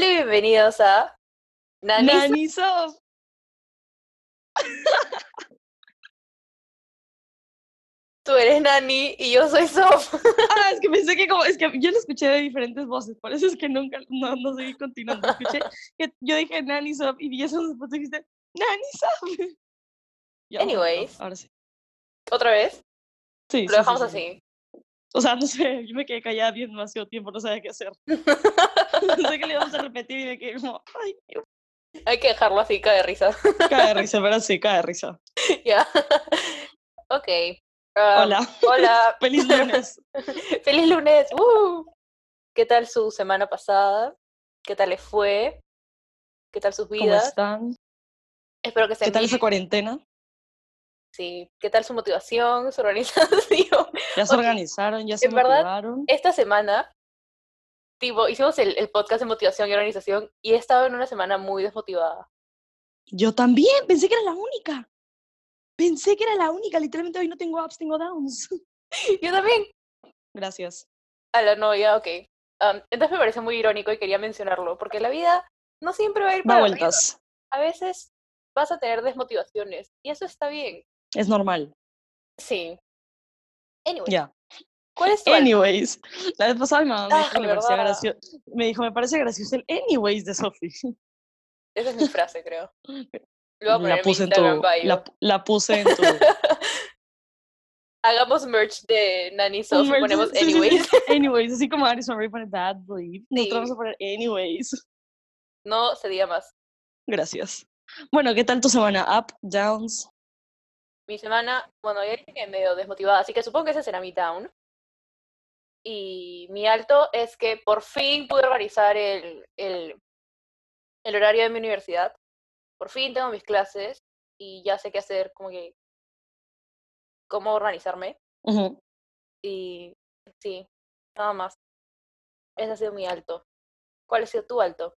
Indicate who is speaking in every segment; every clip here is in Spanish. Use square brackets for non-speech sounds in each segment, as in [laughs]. Speaker 1: bienvenidos a Nani.
Speaker 2: Naniso.
Speaker 1: Tú eres Nani y yo soy Sof. [laughs]
Speaker 2: Ah, es que pensé que como, es que yo lo escuché de diferentes voces, por eso es que nunca, no, no seguí continuando. Escuché que yo dije Nani Sof y diez segundos después dijiste Nani Sof. [laughs] Ya, bueno,
Speaker 1: Anyways.
Speaker 2: Ahora sí.
Speaker 1: ¿Otra vez?
Speaker 2: Sí, sí,
Speaker 1: Lo
Speaker 2: sí,
Speaker 1: dejamos
Speaker 2: sí.
Speaker 1: así.
Speaker 2: O sea, no sé, yo me quedé callada bien demasiado tiempo, no sabía
Speaker 1: [laughs]
Speaker 2: qué hacer. [laughs] no sé que le vamos a repetir y me quedé como, ay,
Speaker 1: Hay que dejarlo así, cae de risa. [laughs]
Speaker 2: cae de risa, pero sí, cae de risa.
Speaker 1: ya. Ok. Ah,
Speaker 2: Hola, [laughs]
Speaker 1: Hola. [laughs]
Speaker 2: feliz lunes.
Speaker 1: ¡Feliz lunes! ¡Woo! ¿Qué tal su semana pasada? ¿Qué tal les fue? ¿Qué tal sus
Speaker 2: ¿Cómo
Speaker 1: vidas?
Speaker 2: están?
Speaker 1: Espero que se
Speaker 2: ¿Qué tal esa
Speaker 1: bien.
Speaker 2: cuarentena?
Speaker 1: Sí. ¿Qué tal su motivación, su [laughs] organización?
Speaker 2: ¿Ya se
Speaker 1: Oye,
Speaker 2: organizaron? ¿Ya se
Speaker 1: en verdad,
Speaker 2: motivaron?
Speaker 1: esta semana, tipo, hicimos el, el podcast de motivación y organización y he estado en una semana muy desmotivada. [laughs]
Speaker 2: Yo también, pensé que era la única. Pensé que era la única, literalmente hoy no tengo ups, tengo downs. [laughs]
Speaker 1: Yo también.
Speaker 2: Gracias.
Speaker 1: A la novia, ok. Am, entonces me parece muy irónico y quería mencionarlo, porque la vida no siempre va a ir
Speaker 2: Da
Speaker 1: para arriba.
Speaker 2: vueltas,
Speaker 1: A veces vas a tener desmotivaciones y eso está bien.
Speaker 2: es normal.
Speaker 1: Sí. Anyway,
Speaker 2: Ya.
Speaker 1: ¿cuál es tu alma?
Speaker 2: Anyways, la vez pasada mi mamá me
Speaker 1: Ah,
Speaker 2: dijo, que le parecía
Speaker 1: ¿verdad?
Speaker 2: gracioso, me dijo, me parece gracioso el anyways de Sophie.
Speaker 1: Esa es mi frase, creo. Lo voy a poner
Speaker 2: La
Speaker 1: en mi
Speaker 2: puse en tu,
Speaker 1: Instagram bio.
Speaker 2: la, la puse [laughs] en tu.
Speaker 1: Hagamos merch de Nanny Soft y
Speaker 2: merch,
Speaker 1: ponemos
Speaker 2: sí, sí, sí.
Speaker 1: anyways.
Speaker 2: [laughs] Anyways, así como Alison Ray pone that bleep, nosotros vamos a poner anyways.
Speaker 1: No se diga más.
Speaker 2: Gracias. Bueno, ¿qué tal tu semana? Up, downs.
Speaker 1: Mi semana, bueno, ya dije que medio desmotivada, así que supongo que ese será mi down. Y mi alto es que por fin pude organizar el, el, el horario de mi universidad. Por fin tengo mis clases y ya sé qué hacer, como que cómo organizarme.
Speaker 2: Ujú.
Speaker 1: Y sí, nada más. Ese ha sido mi alto. ¿Cuál ha sido tu alto?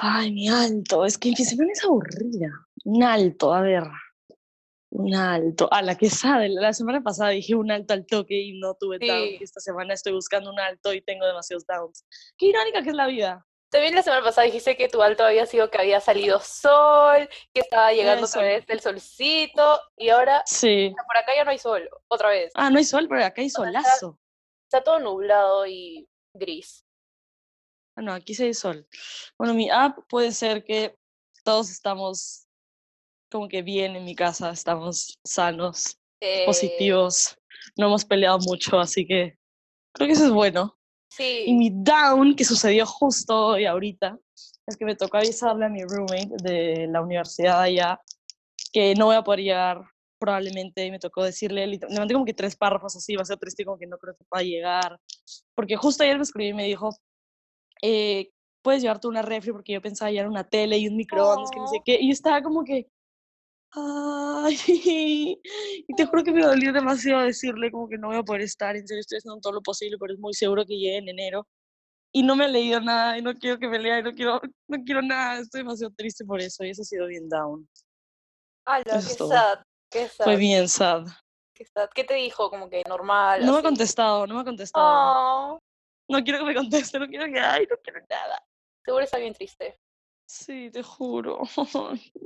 Speaker 2: Ay, mi alto. Es que mi semana es aburrida. Un alto, a ver. Un alto. A la que sabe, la semana pasada dije un alto al toque y no tuve down.
Speaker 1: Sí.
Speaker 2: Y esta semana estoy buscando un alto y tengo demasiados downs. Qué irónica que es la vida.
Speaker 1: También la semana pasada dijiste que tu alto había sido que había salido sol, que estaba llegando
Speaker 2: Eso.
Speaker 1: otra vez el solcito, y ahora
Speaker 2: Sí.
Speaker 1: por acá ya no hay sol, otra vez.
Speaker 2: Ah, no hay sol, pero acá hay
Speaker 1: sea, está-
Speaker 2: solazo.
Speaker 1: Está todo nublado y gris.
Speaker 2: Ah, no, aquí sí hay sol. Bueno, mi app puede ser que todos estamos como que bien en mi casa, estamos sanos,
Speaker 1: Eh,
Speaker 2: positivos, no hemos peleado mucho, así que creo que eso es bueno. Y
Speaker 1: Sí,
Speaker 2: mi down, que sucedió justo hoy ahorita, es que me tocó avisarle a mi roommate de la universidad allá que no voy a poder llegar probablemente, y me tocó decirle, lit- le mandé como que tres párrafos así, va a ser triste como que no creo que pueda llegar, porque justo ayer me escribí y me dijo, eh, puedes llevarte una refri porque yo pensaba llevar una tele y un microondas, que no sé
Speaker 1: Aw.
Speaker 2: qué, y yo estaba como que, ay, [laughs] y te juro que me dolió demasiado decirle como que no voy a poder estar, en serio estoy haciendo todo lo posible, pero es muy seguro que llegue en enero. Y no me ha leído nada, y no quiero que me lea, y no quiero, no quiero nada, estoy demasiado triste por eso, y eso ha sido bien down.
Speaker 1: ala, qué
Speaker 2: eso es todo.
Speaker 1: sad, qué sad,
Speaker 2: Fue bien sad.
Speaker 1: qué sad. ¿Qué te dijo? Como que normal,
Speaker 2: No me ha
Speaker 1: así. Oh.
Speaker 2: contestado, no me ha contestado.
Speaker 1: Aw,
Speaker 2: No quiero que me [laughs] conteste, no quiero que, ay, no quiero nada.
Speaker 1: seguro está bien
Speaker 2: [laughs]
Speaker 1: triste.
Speaker 2: Sí, te juro. [laughs]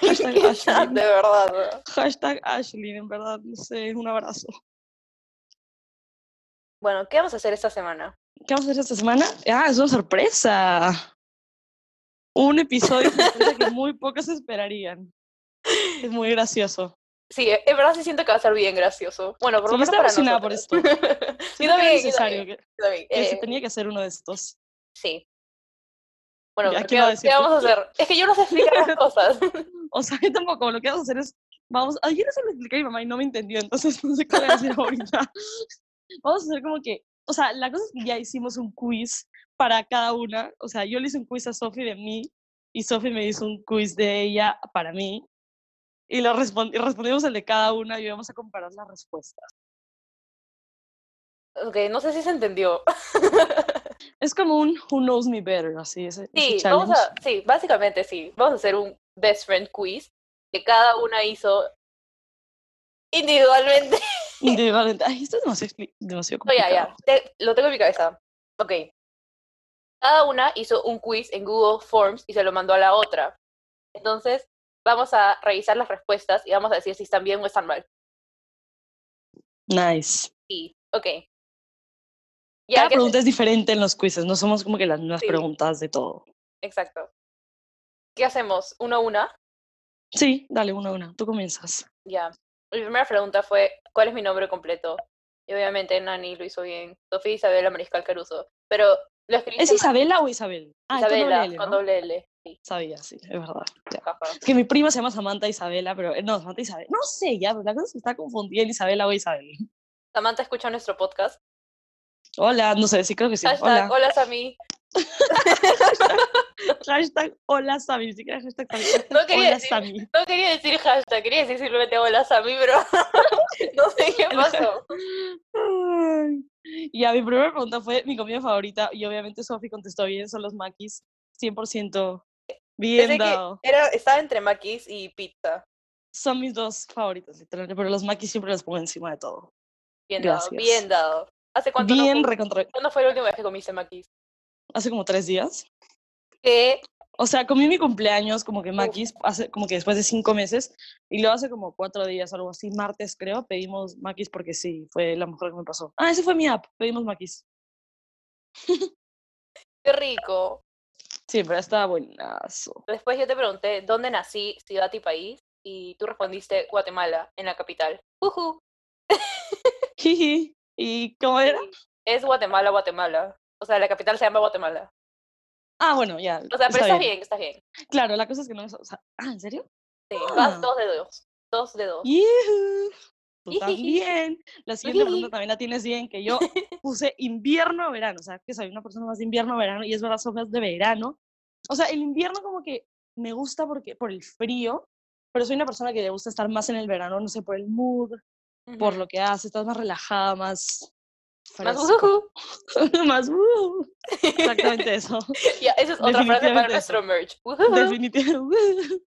Speaker 2: Hashtag
Speaker 1: [laughs] Qué sad,
Speaker 2: Ashley.
Speaker 1: de verdad. ¿no?
Speaker 2: Hashtag Ashley, en verdad, no sé, un abrazo.
Speaker 1: Bueno, ¿qué vamos a hacer esta semana?
Speaker 2: ¿Qué vamos a hacer esta semana? Ah, es una sorpresa. Un episodio sorpresa que muy pocos esperarían. Es muy gracioso.
Speaker 1: Sí, e- en verdad sí siento que va a ser bien gracioso. Bueno, por lo
Speaker 2: Sí, yo
Speaker 1: menos
Speaker 2: estaba
Speaker 1: para
Speaker 2: emocionada
Speaker 1: nosotros.
Speaker 2: por
Speaker 1: [laughs] yo [laughs]
Speaker 2: esto.
Speaker 1: también,
Speaker 2: Siento que
Speaker 1: yo
Speaker 2: era necesario
Speaker 1: también,
Speaker 2: que,
Speaker 1: yo también.
Speaker 2: que se
Speaker 1: eh,
Speaker 2: tenía que hacer uno de estos.
Speaker 1: sí. Bueno,
Speaker 2: Ya,
Speaker 1: pero
Speaker 2: ¿quién lo va a
Speaker 1: ¿qué,
Speaker 2: decir
Speaker 1: qué
Speaker 2: tú?
Speaker 1: vamos a
Speaker 2: [laughs]
Speaker 1: hacer? Es que yo no sé explicar las cosas.
Speaker 2: O sea, [laughs] yo tampoco, lo que vamos a hacer es, vamos, ayer se lo expliqué a mi mamá y no me entendió, entonces [laughs] no sé qué voy a hacer ahorita. [laughs] Vamos a hacer como que, o sea, la cosa es que ya hicimos un quiz para cada una, o sea, yo le hice un quiz a Sofi de mí y Sofi me hizo un quiz de ella para mí y lo respon- y respondimos el de cada una y vamos a comparar las respuestas.
Speaker 1: Ok, no sé si se entendió.
Speaker 2: Es como un Who Knows Me Better, así, ese,
Speaker 1: Sí,
Speaker 2: ese
Speaker 1: vamos
Speaker 2: challenge.
Speaker 1: a, sí, básicamente sí. Vamos a hacer un best friend quiz que cada una hizo individualmente. [laughs]
Speaker 2: Individualmente. Ay, esto es demasiado, expli- demasiado
Speaker 1: No, Oh, ya,
Speaker 2: complicado.
Speaker 1: ya. te- lo tengo en mi cabeza. Ok. Cada una hizo un quiz en Google Forms y se lo mandó a la otra. Entonces, vamos a revisar las respuestas y vamos a decir si están bien o están mal.
Speaker 2: Nice.
Speaker 1: Sí, ok. Ya
Speaker 2: Cada
Speaker 1: que-
Speaker 2: pregunta es diferente en los quizzes, no somos como que las mismas
Speaker 1: Sí.
Speaker 2: preguntas de todo.
Speaker 1: Exacto. ¿Qué hacemos? ¿Uno a una?
Speaker 2: Sí, dale, una a una. Tú comienzas.
Speaker 1: Ya. La primera pregunta fue, ¿cuál es mi nombre completo? Y obviamente Nani lo hizo bien. Sofía Isabela Mariscal Caruso. Pero lo escribiste
Speaker 2: ¿Es
Speaker 1: mal.
Speaker 2: Isabela o Isabel? Ah, está
Speaker 1: Isabela,
Speaker 2: doble L,
Speaker 1: con
Speaker 2: ¿no?
Speaker 1: doble L. Sí,
Speaker 2: Sabía, sí, es verdad. ya.
Speaker 1: jaja.
Speaker 2: Es que mi prima se llama Samantha Isabela, pero eh, no, Samantha Isabel. No sé, ya, pero la cosa es que está confundida en Isabela o Isabel.
Speaker 1: Samantha escucha nuestro podcast.
Speaker 2: Hola, no sé, sí creo que sí.
Speaker 1: Hashtag,
Speaker 2: hola.
Speaker 1: hola Sammy.
Speaker 2: [laughs] Hashtag hola Sammy, ni siquiera hashtag Sammy.
Speaker 1: [laughs] No quería,
Speaker 2: Hola
Speaker 1: decir,
Speaker 2: Sammy.
Speaker 1: no quería decir hashtag, quería decir simplemente hola Sammy, pero [laughs] no sé qué
Speaker 2: El
Speaker 1: pasó.
Speaker 2: Ay. Ya, mi primera pregunta fue mi comida favorita y obviamente Sofi contestó bien, son los maquis, 100%. Bien
Speaker 1: Pensé que
Speaker 2: dado.
Speaker 1: Era, estaba entre maquis y pizza.
Speaker 2: Son mis dos favoritos, literalmente, pero los maquis siempre los pongo encima de todo.
Speaker 1: Bien dado,
Speaker 2: Gracias.
Speaker 1: bien dado. ¿Hace cuánto no
Speaker 2: bien
Speaker 1: comi-
Speaker 2: recontra...
Speaker 1: ¿Cuándo fue la última vez que comiste maquis?
Speaker 2: Hace como tres días.
Speaker 1: ¿Qué?
Speaker 2: O sea, comí mi cumpleaños como que maquis, hace, como que después de cinco meses, y luego hace como cuatro días, algo así, martes creo, pedimos maquis porque sí, fue la mejor que me pasó. Ah, ese fue mi app, pedimos maquis.
Speaker 1: Qué rico.
Speaker 2: Sí, pero estaba buenazo. [laughs]
Speaker 1: Después yo te pregunté dónde nací, ciudad y país, y tú respondiste Guatemala, en la capital. Ujú.
Speaker 2: Jiji. ¿Y cómo era?
Speaker 1: Es Guatemala, Guatemala. O sea, la capital se llama Guatemala.
Speaker 2: Ah, bueno, ya.
Speaker 1: O sea, pero
Speaker 2: está
Speaker 1: estás bien, estás bien.
Speaker 2: Claro, la cosa es que no es. o sea, ah, ¿en serio?
Speaker 1: Sí,
Speaker 2: Ah.
Speaker 1: vas dos de dos. Dos de dos.
Speaker 2: ¡Yujú! Tú
Speaker 1: [laughs] Ijijiji.
Speaker 2: también. La siguiente pregunta
Speaker 1: Ijiji.
Speaker 2: también la tienes bien, que
Speaker 1: [laughs]
Speaker 2: yo puse invierno o verano. O sea, que soy una persona más de invierno o verano, y es verdad, Sofía es de verano. O sea, el invierno como que me gusta porque, por el frío, pero soy una persona que le gusta estar más en el verano, no sé, por el mood, por
Speaker 1: Ujú.
Speaker 2: lo que hace, estás más relajada, más.
Speaker 1: Más
Speaker 2: fresca.
Speaker 1: ujú.
Speaker 2: [laughs] más ujú.
Speaker 1: [laughs]
Speaker 2: Exactamente eso.
Speaker 1: [laughs] Ya, esa es otra frase para
Speaker 2: Definitivamente
Speaker 1: nuestro merch. Ujú.
Speaker 2: Definitivamente. [laughs]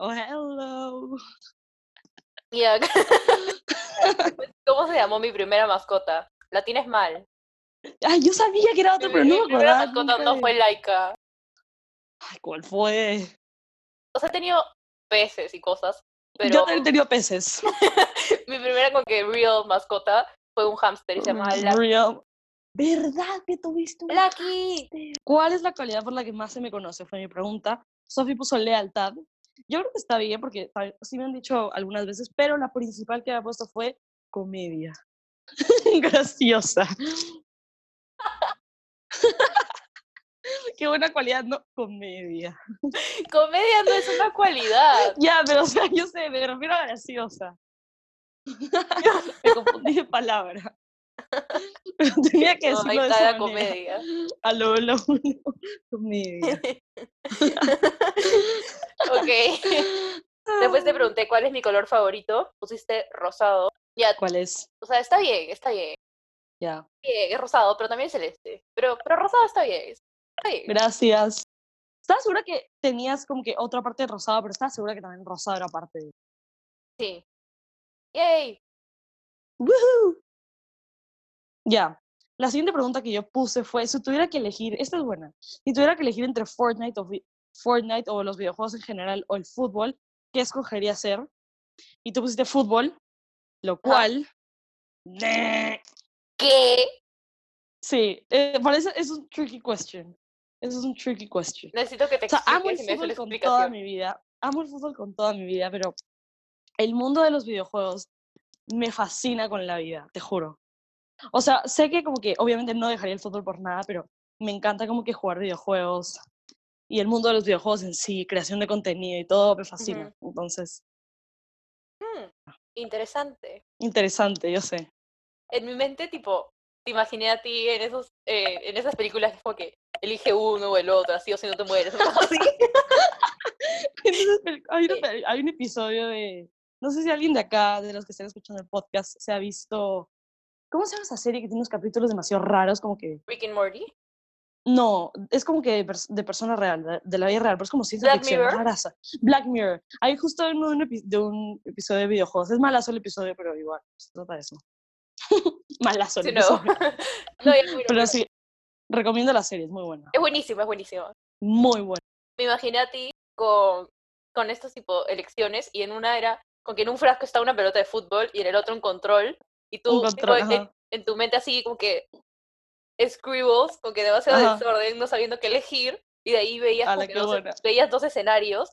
Speaker 2: Oh, hello.
Speaker 1: Ya. [laughs] ¿Cómo se llamó mi primera mascota? La tienes mal.
Speaker 2: Ay, yo sabía que
Speaker 1: Mi,
Speaker 2: era otro, pero no
Speaker 1: mi
Speaker 2: me
Speaker 1: primera
Speaker 2: acordaba.
Speaker 1: mascota
Speaker 2: nunca
Speaker 1: no
Speaker 2: de-
Speaker 1: fue Laika.
Speaker 2: Ay, ¿cuál fue?
Speaker 1: O sea, he tenido peces y cosas, pero
Speaker 2: Yo también he tenido peces.
Speaker 1: mi primera con que real mascota fue un hámster y se
Speaker 2: [laughs]
Speaker 1: llamaba Lucky.
Speaker 2: Real. ¿Verdad que tuviste un
Speaker 1: Lucky.
Speaker 2: ¿Cuál es la cualidad por la que más se me conoce? Fue mi pregunta. Sofi puso lealtad. Yo creo que está bien porque ta- sí me han dicho algunas veces, pero la principal que había puesto fue comedia. [laughs] Graciosa. [laughs] Qué buena cualidad, ¿no? Comedia.
Speaker 1: Comedia no es una cualidad.
Speaker 2: Ya, pero o sea, yo sé, me refiero
Speaker 1: [laughs]
Speaker 2: a graciosa. me confundí de palabra. Pero tenía [laughs] que
Speaker 1: No,
Speaker 2: decirlo
Speaker 1: ahí
Speaker 2: de
Speaker 1: está
Speaker 2: esa
Speaker 1: la
Speaker 2: manera.
Speaker 1: comedia.
Speaker 2: A lo, lo, lo- comedia.
Speaker 1: [laughs] ok. [laughs] Después te pregunté cuál es mi color favorito. Pusiste rosado. Ya,
Speaker 2: ¿Cuál es?
Speaker 1: o sea, está bien, está bien.
Speaker 2: Ya.
Speaker 1: bien, Es rosado, pero también es celeste. Pero, pero rosado está bien. Está bien.
Speaker 2: Gracias. Estaba segura que tenías como que otra parte de rosado, pero estaba segura que también rosado era parte de.
Speaker 1: Sí. Yay.
Speaker 2: ¡Woohoo! Ya. La siguiente pregunta que yo puse fue: si tuviera que elegir, esta es buena, si tuviera que elegir entre Fortnite o, vi- Fortnite o los videojuegos en general o el fútbol, ¿qué escogería hacer? Y tú pusiste fútbol, lo cual. ¡Nee!
Speaker 1: ¿Qué?
Speaker 2: Sí, eh, parece, es un tricky question. Eso es un tricky question.
Speaker 1: Necesito que te
Speaker 2: O sea, amo el
Speaker 1: expliques y me des una
Speaker 2: fútbol con toda
Speaker 1: explicación.
Speaker 2: mi vida. Amo el fútbol con toda mi vida, pero el mundo de los videojuegos me fascina con la vida, te juro. O sea, sé que como que obviamente no dejaría el fútbol por nada, pero me encanta como que jugar videojuegos y el mundo de los videojuegos en sí, creación de contenido y todo me fascina. Entonces,
Speaker 1: Mm,
Speaker 2: Ah.
Speaker 1: interesante.
Speaker 2: interesante, yo sé. [laughs]
Speaker 1: en mi mente, tipo, te imaginé a ti en esos, eh, en esas películas que es como que elige uno o el otro, así o si no te mueres, [laughs] una cosa así.
Speaker 2: Entonces, pero hay, una
Speaker 1: Sí.
Speaker 2: pe- hay un episodio de. No sé si alguien de acá, de los que están escuchando el podcast, se ha visto. ¿Cómo se llama esa serie que tiene unos capítulos demasiado raros? Como que.
Speaker 1: Rick and Morty.
Speaker 2: No, es como que de, pers- de persona real, de, de la vida real, pero es como ciencia
Speaker 1: Black
Speaker 2: ficción,
Speaker 1: Mirror.
Speaker 2: raraza. Black Mirror. Hay justo uno de un, epi- de un episodio de videojuegos. Es malazo el episodio, pero igual, se trata de eso. [laughs] malazo el
Speaker 1: Sí, no.
Speaker 2: episodio.
Speaker 1: [laughs] no, ya, bueno,
Speaker 2: Pero
Speaker 1: bueno,
Speaker 2: sí, Recomiendo la serie, es muy buena.
Speaker 1: Es buenísimo, es buenísimo.
Speaker 2: Muy buena.
Speaker 1: Me imaginé a ti con, con estos tipo elecciones y en una era con que en un frasco está una pelota de fútbol y en el otro un control y tú
Speaker 2: Un control,
Speaker 1: tipo, en-
Speaker 2: ajá.
Speaker 1: en tu mente así como que scribbles, con que demasiado
Speaker 2: Ajá.
Speaker 1: desorden, no sabiendo qué elegir y de ahí veías,
Speaker 2: A la
Speaker 1: como que
Speaker 2: que
Speaker 1: dos,
Speaker 2: buena.
Speaker 1: veías dos escenarios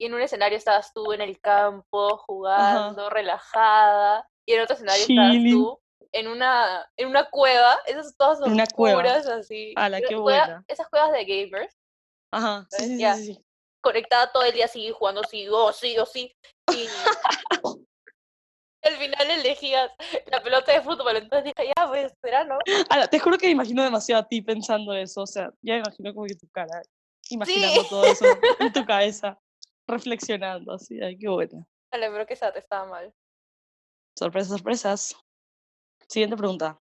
Speaker 1: y en un escenario estabas tú en el campo jugando, relajada y en otro escenario estabas
Speaker 2: Chilling.
Speaker 1: tú en una, en una cueva, esas todas
Speaker 2: En una cueva.
Speaker 1: oscuras así.
Speaker 2: A la
Speaker 1: Era
Speaker 2: qué
Speaker 1: cueva-
Speaker 2: buena.
Speaker 1: Esas cuevas de gamers
Speaker 2: Ajá. Sí, sí,
Speaker 1: Ya.
Speaker 2: sí, sí.
Speaker 1: conectada todo el día así, jugando sí, oh, sí, oh, sí. Y al final elegías la pelota de fútbol, entonces dije, ya, pues, será, ¿no?
Speaker 2: Ala, Ah, te juro que me imagino demasiado a ti pensando eso. O sea, ya me imagino como que tu cara, imaginando todo
Speaker 1: [laughs]
Speaker 2: eso en tu cabeza, reflexionando así. Ay, qué buena.
Speaker 1: Vale, pero que esa te estaba mal.
Speaker 2: Sorpresas, sorpresas. Siguiente pregunta.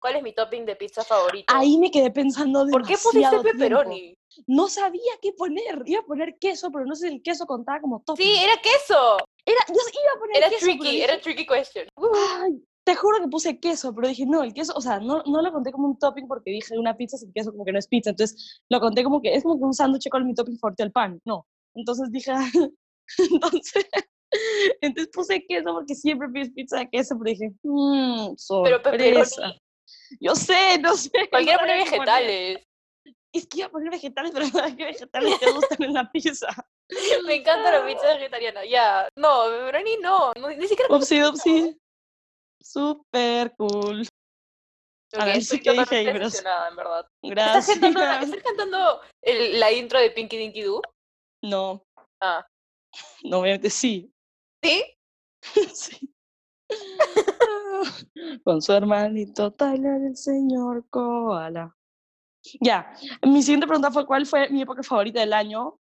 Speaker 1: ¿Cuál es mi topping de pizza favorito?
Speaker 2: Ahí me quedé pensando
Speaker 1: ¿Por qué pusiste
Speaker 2: demasiado tiempo.
Speaker 1: pepperoni?
Speaker 2: No sabía qué poner. Iba a poner queso, pero no sé si el queso contaba como topping.
Speaker 1: Sí, era queso.
Speaker 2: Era, yo iba a poner
Speaker 1: Era
Speaker 2: queso, pero
Speaker 1: tricky,
Speaker 2: dije,
Speaker 1: era tricky question. Uh,
Speaker 2: "Ay, te juro que puse queso, pero dije, no, el queso, o sea, no, no lo conté como un topping porque dije una pizza sin queso como que no es pizza. Entonces lo conté como que es como que un sándwich con mi topping fuerte el pan. No. Entonces dije, "Ah". [laughs] entonces, entonces puse queso porque siempre pides pizza de queso, pero dije, mmm,
Speaker 1: Pero
Speaker 2: sorpresa.
Speaker 1: pepperoni,
Speaker 2: Yo sé, no sé. no
Speaker 1: cualquiera
Speaker 2: sabía
Speaker 1: pone
Speaker 2: qué poner.
Speaker 1: vegetales. [laughs]
Speaker 2: Es que iba a poner vegetales, pero [laughs] ¿qué vegetales te gustan en la pizza?
Speaker 1: Me encanta la pizza vegetariana. Ya, no, pepperoni no, no, ni siquiera con
Speaker 2: [laughs] Upsi, upsi. Super cool.
Speaker 1: Ok,
Speaker 2: A ver,
Speaker 1: estoy
Speaker 2: sí que dije
Speaker 1: totalmente
Speaker 2: ahí, pero-
Speaker 1: decepcionada, en verdad. ¿Estás
Speaker 2: Gracias.
Speaker 1: cantando, la, estás cantando el- la intro de Pinky Dinky Doo?
Speaker 2: No,
Speaker 1: Ah,
Speaker 2: no, obviamente sí. [laughs]
Speaker 1: ¿sí?
Speaker 2: sí. [laughs] Con su hermanito Tyler, el señor Koala. Ya, mi siguiente pregunta fue cuál fue mi época favorita del año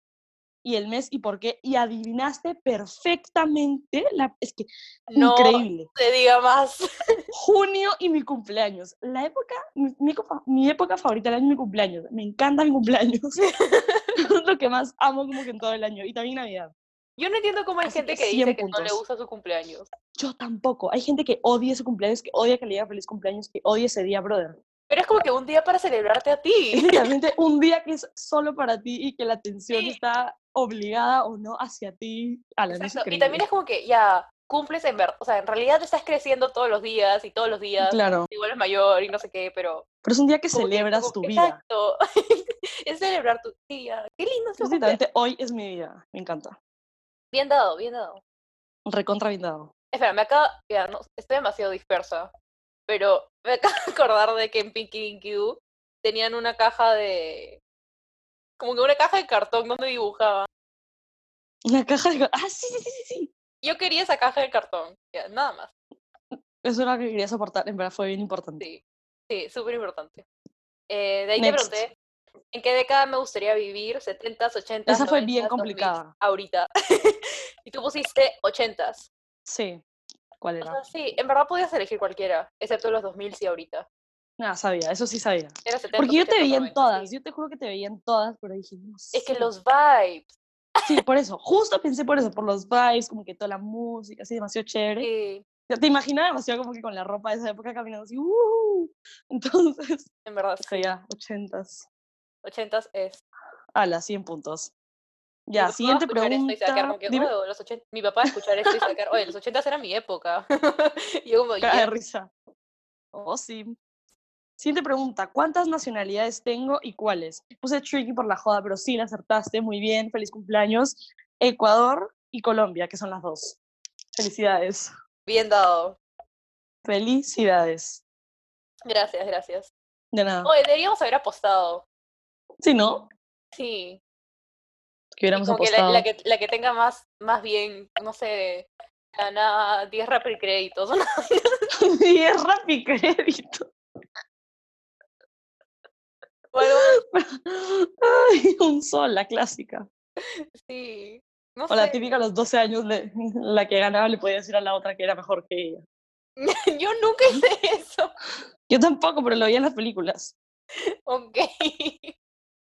Speaker 2: y el mes y por qué. Y adivinaste perfectamente. La... Es que
Speaker 1: No
Speaker 2: increíble.
Speaker 1: te diga más. [laughs]
Speaker 2: junio y mi cumpleaños. La época, mi, mi copa- mi época favorita del año es mi cumpleaños. Me encanta mi cumpleaños. [laughs] es lo que más amo como que en todo el año. Y también Navidad.
Speaker 1: Yo no entiendo cómo hay
Speaker 2: Así
Speaker 1: gente
Speaker 2: que
Speaker 1: que,
Speaker 2: 100
Speaker 1: dice que no le
Speaker 2: puntos.
Speaker 1: gusta su cumpleaños.
Speaker 2: Yo tampoco. Hay gente que odia su cumpleaños, que odia que le diga feliz cumpleaños, que odia ese día, brother. [laughs]
Speaker 1: Pero es como que un día para celebrarte a [laughs]
Speaker 2: Es
Speaker 1: ti.
Speaker 2: literalmente un día que es solo para ti y que la atención
Speaker 1: Sí.
Speaker 2: está obligada o no hacia ti. A la
Speaker 1: Exacto,
Speaker 2: vez
Speaker 1: Y también es como que ya cumples en verdad. O sea, en realidad estás creciendo todos los días y todos los días.
Speaker 2: Claro.
Speaker 1: Igual es mayor y no sé qué, pero.
Speaker 2: Pero es un día que
Speaker 1: como que-
Speaker 2: celebras
Speaker 1: como-
Speaker 2: tu vida.
Speaker 1: Exacto. [laughs] es celebrar tu día. Qué lindo es tu cumpleaños.
Speaker 2: Literalmente hoy es mi día. Me encanta.
Speaker 1: Bien dado, bien dado.
Speaker 2: Recontra bien dado.
Speaker 1: Espera, me acaba. Ya, no, estoy demasiado dispersa. Pero me [laughs] acabo de acordar de que en Pinky Dinky Doo tenían una caja de. Como que una caja de cartón donde dibujaban.
Speaker 2: Una caja de... Ah, sí, sí, sí, sí, sí.
Speaker 1: Yo quería esa caja de cartón. Ya, nada más.
Speaker 2: Eso era lo que quería soportar, en verdad fue bien importante.
Speaker 1: Sí, sí, súper importante. Eh, de ahí te
Speaker 2: Next.
Speaker 1: pregunté, ¿en qué década me gustaría vivir? ¿70s, 80s?
Speaker 2: Esa fue bien
Speaker 1: 90s, 2000s,
Speaker 2: complicada.
Speaker 1: Ahorita. [laughs] y tú pusiste 80s.
Speaker 2: Sí. ¿Cuál
Speaker 1: O
Speaker 2: era?
Speaker 1: sea, sí, en verdad podías elegir cualquiera, excepto los 2000s y ahorita.
Speaker 2: Nada, sabía, eso sí sabía.
Speaker 1: Era 70s,
Speaker 2: Porque yo te
Speaker 1: 80s,
Speaker 2: veía en
Speaker 1: 90s, sí.
Speaker 2: todas, yo te juro que te veía en todas, pero dije, no
Speaker 1: Es que
Speaker 2: sé.
Speaker 1: los vibes.
Speaker 2: Sí, por eso, justo pensé por eso, por los vibes, como que toda la música, así demasiado chévere.
Speaker 1: sí,
Speaker 2: Ya te imaginaba demasiado como que con la ropa de esa época caminando así, ¡uh! [laughs] Entonces, [laughs]
Speaker 1: en verdad,
Speaker 2: dije, ya, ochentas.
Speaker 1: 80s es.
Speaker 2: Ala, 100 puntos.
Speaker 1: Mi
Speaker 2: Ya,
Speaker 1: papá va a
Speaker 2: siguiente
Speaker 1: escuchar esto y se va a quedar
Speaker 2: pregunta.
Speaker 1: como que,
Speaker 2: Dime,
Speaker 1: "Huevo, los 80 Mi papá va a escuchar esto y se va a quedar, oye,
Speaker 2: [laughs]
Speaker 1: los 80s era mi época. [laughs] y yo como,
Speaker 2: Cara de
Speaker 1: "Ya".
Speaker 2: risa. Oh, sí. Siguiente pregunta. ¿Cuántas nacionalidades tengo y cuáles? Puse tricky por la joda, pero sí, la acertaste. Muy bien. Feliz cumpleaños. Ecuador y Colombia, que son las dos. Felicidades.
Speaker 1: bien dado.
Speaker 2: Felicidades.
Speaker 1: Gracias, gracias.
Speaker 2: De nada.
Speaker 1: Oye, deberíamos haber apostado.
Speaker 2: Si no,
Speaker 1: Sí.
Speaker 2: que
Speaker 1: y
Speaker 2: hubiéramos
Speaker 1: como que la,
Speaker 2: apostado. [laughs]
Speaker 1: la que la que tenga más, más bien, no sé, gana 10 Rapid créditos. [laughs]
Speaker 2: Y es Rappi Crédito.
Speaker 1: o algo
Speaker 2: Ay, un sol, la clásica.
Speaker 1: así. No
Speaker 2: O la
Speaker 1: sé.
Speaker 2: típica a los 12 años, le- la que ganaba le podía decir a la otra que era mejor que ella.
Speaker 1: [laughs] Yo nunca hice eso. [laughs]
Speaker 2: Yo tampoco, pero lo vi en las películas.
Speaker 1: Ok. [laughs]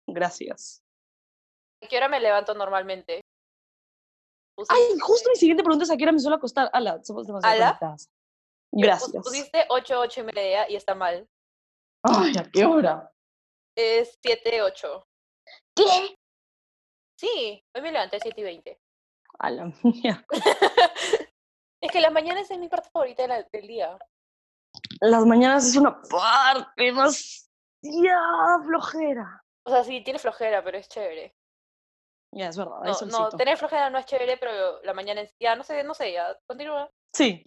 Speaker 2: Gracias.
Speaker 1: ¿A qué hora me levanto normalmente? Puse-
Speaker 2: Ay, justo mi siguiente pregunta es a qué hora me suelo acostar. Ala, somos demasiado
Speaker 1: Ala.
Speaker 2: conectadas.
Speaker 1: Yo pus-
Speaker 2: Gracias.
Speaker 1: Pusiste 8, 8 y media y está mal.
Speaker 2: Ay, ¿a qué hora?
Speaker 1: es 7-8.
Speaker 2: ¿Qué?
Speaker 1: Sí, hoy me levanté 7 y 20.
Speaker 2: A la mía.
Speaker 1: Es que las mañanas es mi parte favorita de la- del día.
Speaker 2: Las mañanas es una parte demasiado flojera.
Speaker 1: O sea, sí, tiene flojera, pero es chévere.
Speaker 2: Ya, Ah, es verdad,
Speaker 1: No,
Speaker 2: hay
Speaker 1: no,
Speaker 2: solcito.
Speaker 1: tener flojera no es chévere, pero la mañana es... Ya, no sé, no sé, ya, continúa.
Speaker 2: Sí.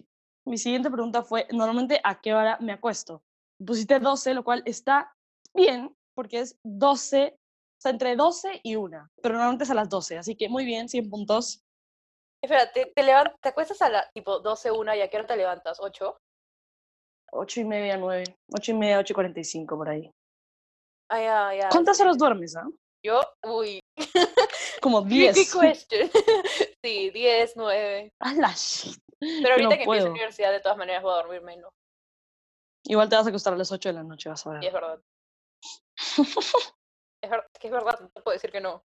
Speaker 2: Mi siguiente pregunta fue, normalmente, ¿a qué hora me acuesto? Pusiste 12, lo cual está bien, porque es 12, o sea, entre 12 y 1, pero normalmente es a las 12, así que muy bien, 100 puntos.
Speaker 1: Espera, ¿te, te, levan- te acuestas a la tipo 12, 1 y a qué hora te levantas? ¿8?
Speaker 2: 8 y media, 9, 8 y media, 8 y 45 por ahí.
Speaker 1: Ay, ay, ay.
Speaker 2: ¿Cuántas horas duermes? ah?
Speaker 1: Yo, uy,
Speaker 2: Como
Speaker 1: tricky [laughs]
Speaker 2: 10.
Speaker 1: question. sí, 10, 9.
Speaker 2: [laughs] A la shit.
Speaker 1: Pero
Speaker 2: Yo
Speaker 1: ahorita
Speaker 2: no
Speaker 1: que empiezo
Speaker 2: puedo.
Speaker 1: la universidad, de todas maneras voy a dormir menos.
Speaker 2: Igual te vas a acostar a las 8 de la noche, vas a ver.
Speaker 1: Y es
Speaker 2: [laughs]
Speaker 1: verdad. es, ver- es que es verdad, no te puedo decir que no.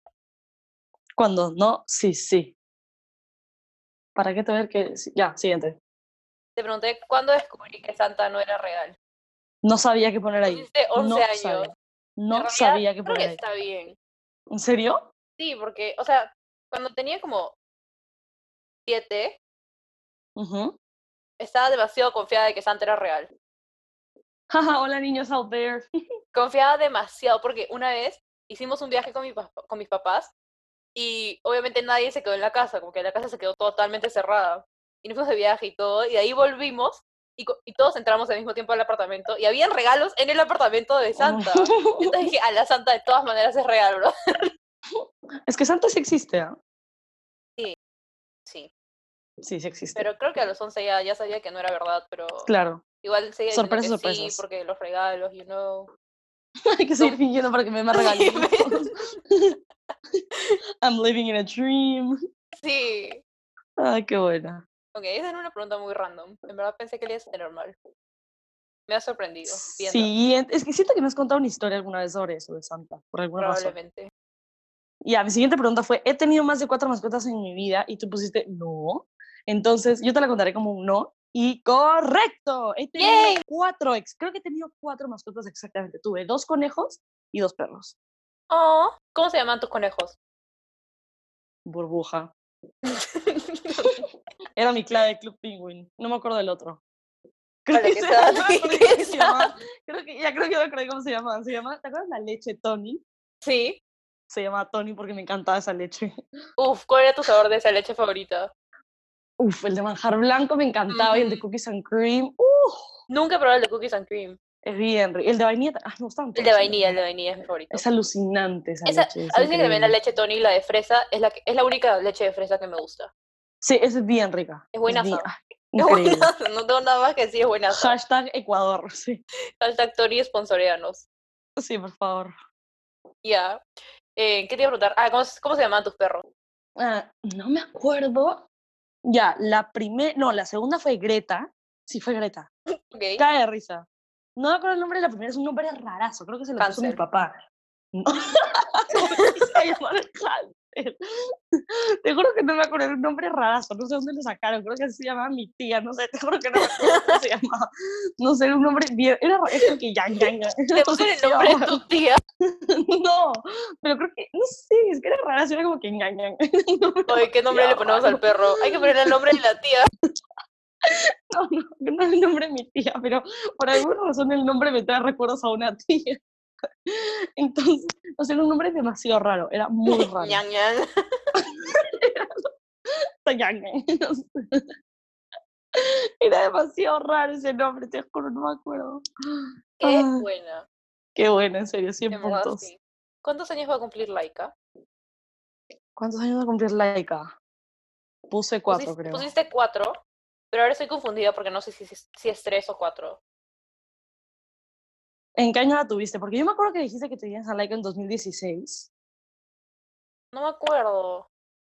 Speaker 2: Cuando no, sí, sí. ¿Para qué tener que...? sí, Ya, siguiente.
Speaker 1: Te pregunté, ¿cuándo descubrí que Santa no era real?
Speaker 2: No sabía qué poner ahí.
Speaker 1: Hiciste 11
Speaker 2: No
Speaker 1: años.
Speaker 2: sabía.
Speaker 1: En
Speaker 2: No
Speaker 1: realidad,
Speaker 2: sabía qué
Speaker 1: Creo
Speaker 2: poner
Speaker 1: que
Speaker 2: ahí.
Speaker 1: está bien.
Speaker 2: ¿En serio?
Speaker 1: Sí, porque, o sea, cuando tenía como 7,
Speaker 2: Ujú.
Speaker 1: estaba demasiado confiada de que Santa era real.
Speaker 2: Jaja, hola niños out there.
Speaker 1: confiaba demasiado porque una vez hicimos un viaje con, mi pa- con mis papás y obviamente nadie se quedó en la casa, como que la casa se quedó totalmente cerrada. Y nos fuimos de viaje y todo, y de ahí volvimos y, co- y todos entramos al mismo tiempo al apartamento y habían regalos en el apartamento de Santa. Y entonces dije, a la Santa de todas maneras es real, bro.
Speaker 2: es que Santa sí existe, ¿ah?
Speaker 1: [laughs] Sí,
Speaker 2: Sí, sí existe.
Speaker 1: pero creo que a los 11 ya, ya sabía que no era verdad, pero
Speaker 2: claro. [laughs]
Speaker 1: igual seguía diciendo que
Speaker 2: Sorpresas,
Speaker 1: sí,
Speaker 2: sorpresas.
Speaker 1: porque los regalos, you know.
Speaker 2: Hay que seguir fingiendo para que me
Speaker 1: Sí,
Speaker 2: más
Speaker 1: [laughs]
Speaker 2: regalen.
Speaker 1: ¿ves?
Speaker 2: [laughs] I'm living in a dream.
Speaker 1: Sí.
Speaker 2: Ay, qué buena.
Speaker 1: Ok, esa era una pregunta muy random. En verdad pensé que le ibas a tener mal. Me ha sorprendido. viendo,
Speaker 2: Siguiente. Es que siento que nos has contado una historia alguna vez sobre eso de Santa, por alguna razón.
Speaker 1: probablemente.
Speaker 2: Ya, mi siguiente pregunta fue, he tenido más de cuatro mascotas en mi vida y tú pusiste no. Entonces, yo te la contaré como un no. Y correcto, he tenido
Speaker 1: ¡Yay!
Speaker 2: cuatro, ex, creo que he tenido cuatro mascotas exactamente. Tuve dos conejos y dos perros.
Speaker 1: Oh, ¿cómo se llaman tus conejos? [laughs]
Speaker 2: Burbuja. Era mi clave de Club Penguin. No me acuerdo del otro. [laughs] Creo
Speaker 1: Vale,
Speaker 2: que,
Speaker 1: que
Speaker 2: se-
Speaker 1: sea-
Speaker 2: [laughs] no me
Speaker 1: que sea-
Speaker 2: acuerdo cómo se llamaba. Creo que, ya creo que me acordé cómo se llamaba. Se llama, ¿te acuerdas la leche Tony?
Speaker 1: sí.
Speaker 2: Se llamaba Tony porque me encantaba esa leche. [laughs]
Speaker 1: Uf, ¿cuál era tu sabor de esa leche favorita?
Speaker 2: Uf, el de manjar blanco me encantaba y el de
Speaker 1: Ujú.
Speaker 2: cookies and cream. Uh,
Speaker 1: Nunca probé el de cookies and cream.
Speaker 2: Es bien rico. El de vainilla. ta- Ah, me gustaban
Speaker 1: El de
Speaker 2: todos, en
Speaker 1: vainilla, el
Speaker 2: verdad.
Speaker 1: de vainilla es mi favorito.
Speaker 2: Es alucinante esa,
Speaker 1: Esa-
Speaker 2: leche. es
Speaker 1: a veces que también la
Speaker 2: increíble.
Speaker 1: leche Tony, la de fresa, es la, que- es la única leche de fresa que me gusta. [laughs]
Speaker 2: Sí, es bien rica.
Speaker 1: Es buenaza. [laughs]
Speaker 2: bien- ah,
Speaker 1: Es
Speaker 2: increíble.
Speaker 1: buena, no tengo nada más que decir, es buena.
Speaker 2: Hashtag Ecuador. [laughs] Sí.
Speaker 1: Hashtag Tony, sponsoreanos.
Speaker 2: sí, por favor.
Speaker 1: Ya. Eh, ¿Qué te iba a preguntar? Ah, ¿cómo, se- cómo se llaman tus perros?
Speaker 2: Ah, no me acuerdo. Ya, la primera. No, la segunda fue Greta. Sí, fue Greta.
Speaker 1: Ok.
Speaker 2: Cae de risa. No me acuerdo el nombre de la primera, es un nombre rarazo. Creo que se lo puso mi
Speaker 1: Hansel.
Speaker 2: papá. No. [laughs] se va a llamar Hansel. Te juro que no me acuerdo, era un nombre rarazo, no sé dónde lo sacaron, creo que así se llamaba mi tía, no sé, te juro que no me acuerdo cómo se llamaba. No sé, era un nombre bien, era ra- es como que yang yang. yang,
Speaker 1: Te
Speaker 2: [laughs] no
Speaker 1: puse
Speaker 2: sé
Speaker 1: el
Speaker 2: qué
Speaker 1: nombre de
Speaker 2: llamaba.
Speaker 1: tu tía.
Speaker 2: No, pero creo que, no sé, es que era rarazo, era como que yang yang.
Speaker 1: Oye,
Speaker 2: [laughs]
Speaker 1: ¿qué nombre le ponemos al perro? Hay que ponerle el nombre de la tía.
Speaker 2: No, no, [laughs] no el nombre de mi tía, pero por alguna razón el nombre me trae recuerdos a una tía. [laughs] Entonces, o sea, era un nombre demasiado raro, era muy
Speaker 1: [laughs]
Speaker 2: raro.
Speaker 1: Ñan, ñan.
Speaker 2: [laughs]
Speaker 1: [laughs]
Speaker 2: Yang Yang, no sé. Era demasiado raro ese nombre, te juro, no me acuerdo.
Speaker 1: Qué
Speaker 2: Ah,
Speaker 1: buena.
Speaker 2: qué bueno, en serio, 100
Speaker 1: en verdad,
Speaker 2: puntos.
Speaker 1: sí. ¿Cuántos años va a cumplir Laika?
Speaker 2: ¿Cuántos años va a cumplir Laika? Puse cuatro,
Speaker 1: pusiste,
Speaker 2: creo.
Speaker 1: pusiste cuatro, pero ahora estoy confundida porque no sé si, si, si es tres o cuatro.
Speaker 2: ¿En qué año la tuviste? Porque yo me acuerdo que dijiste que tenías a Laika en 2016.
Speaker 1: No me acuerdo.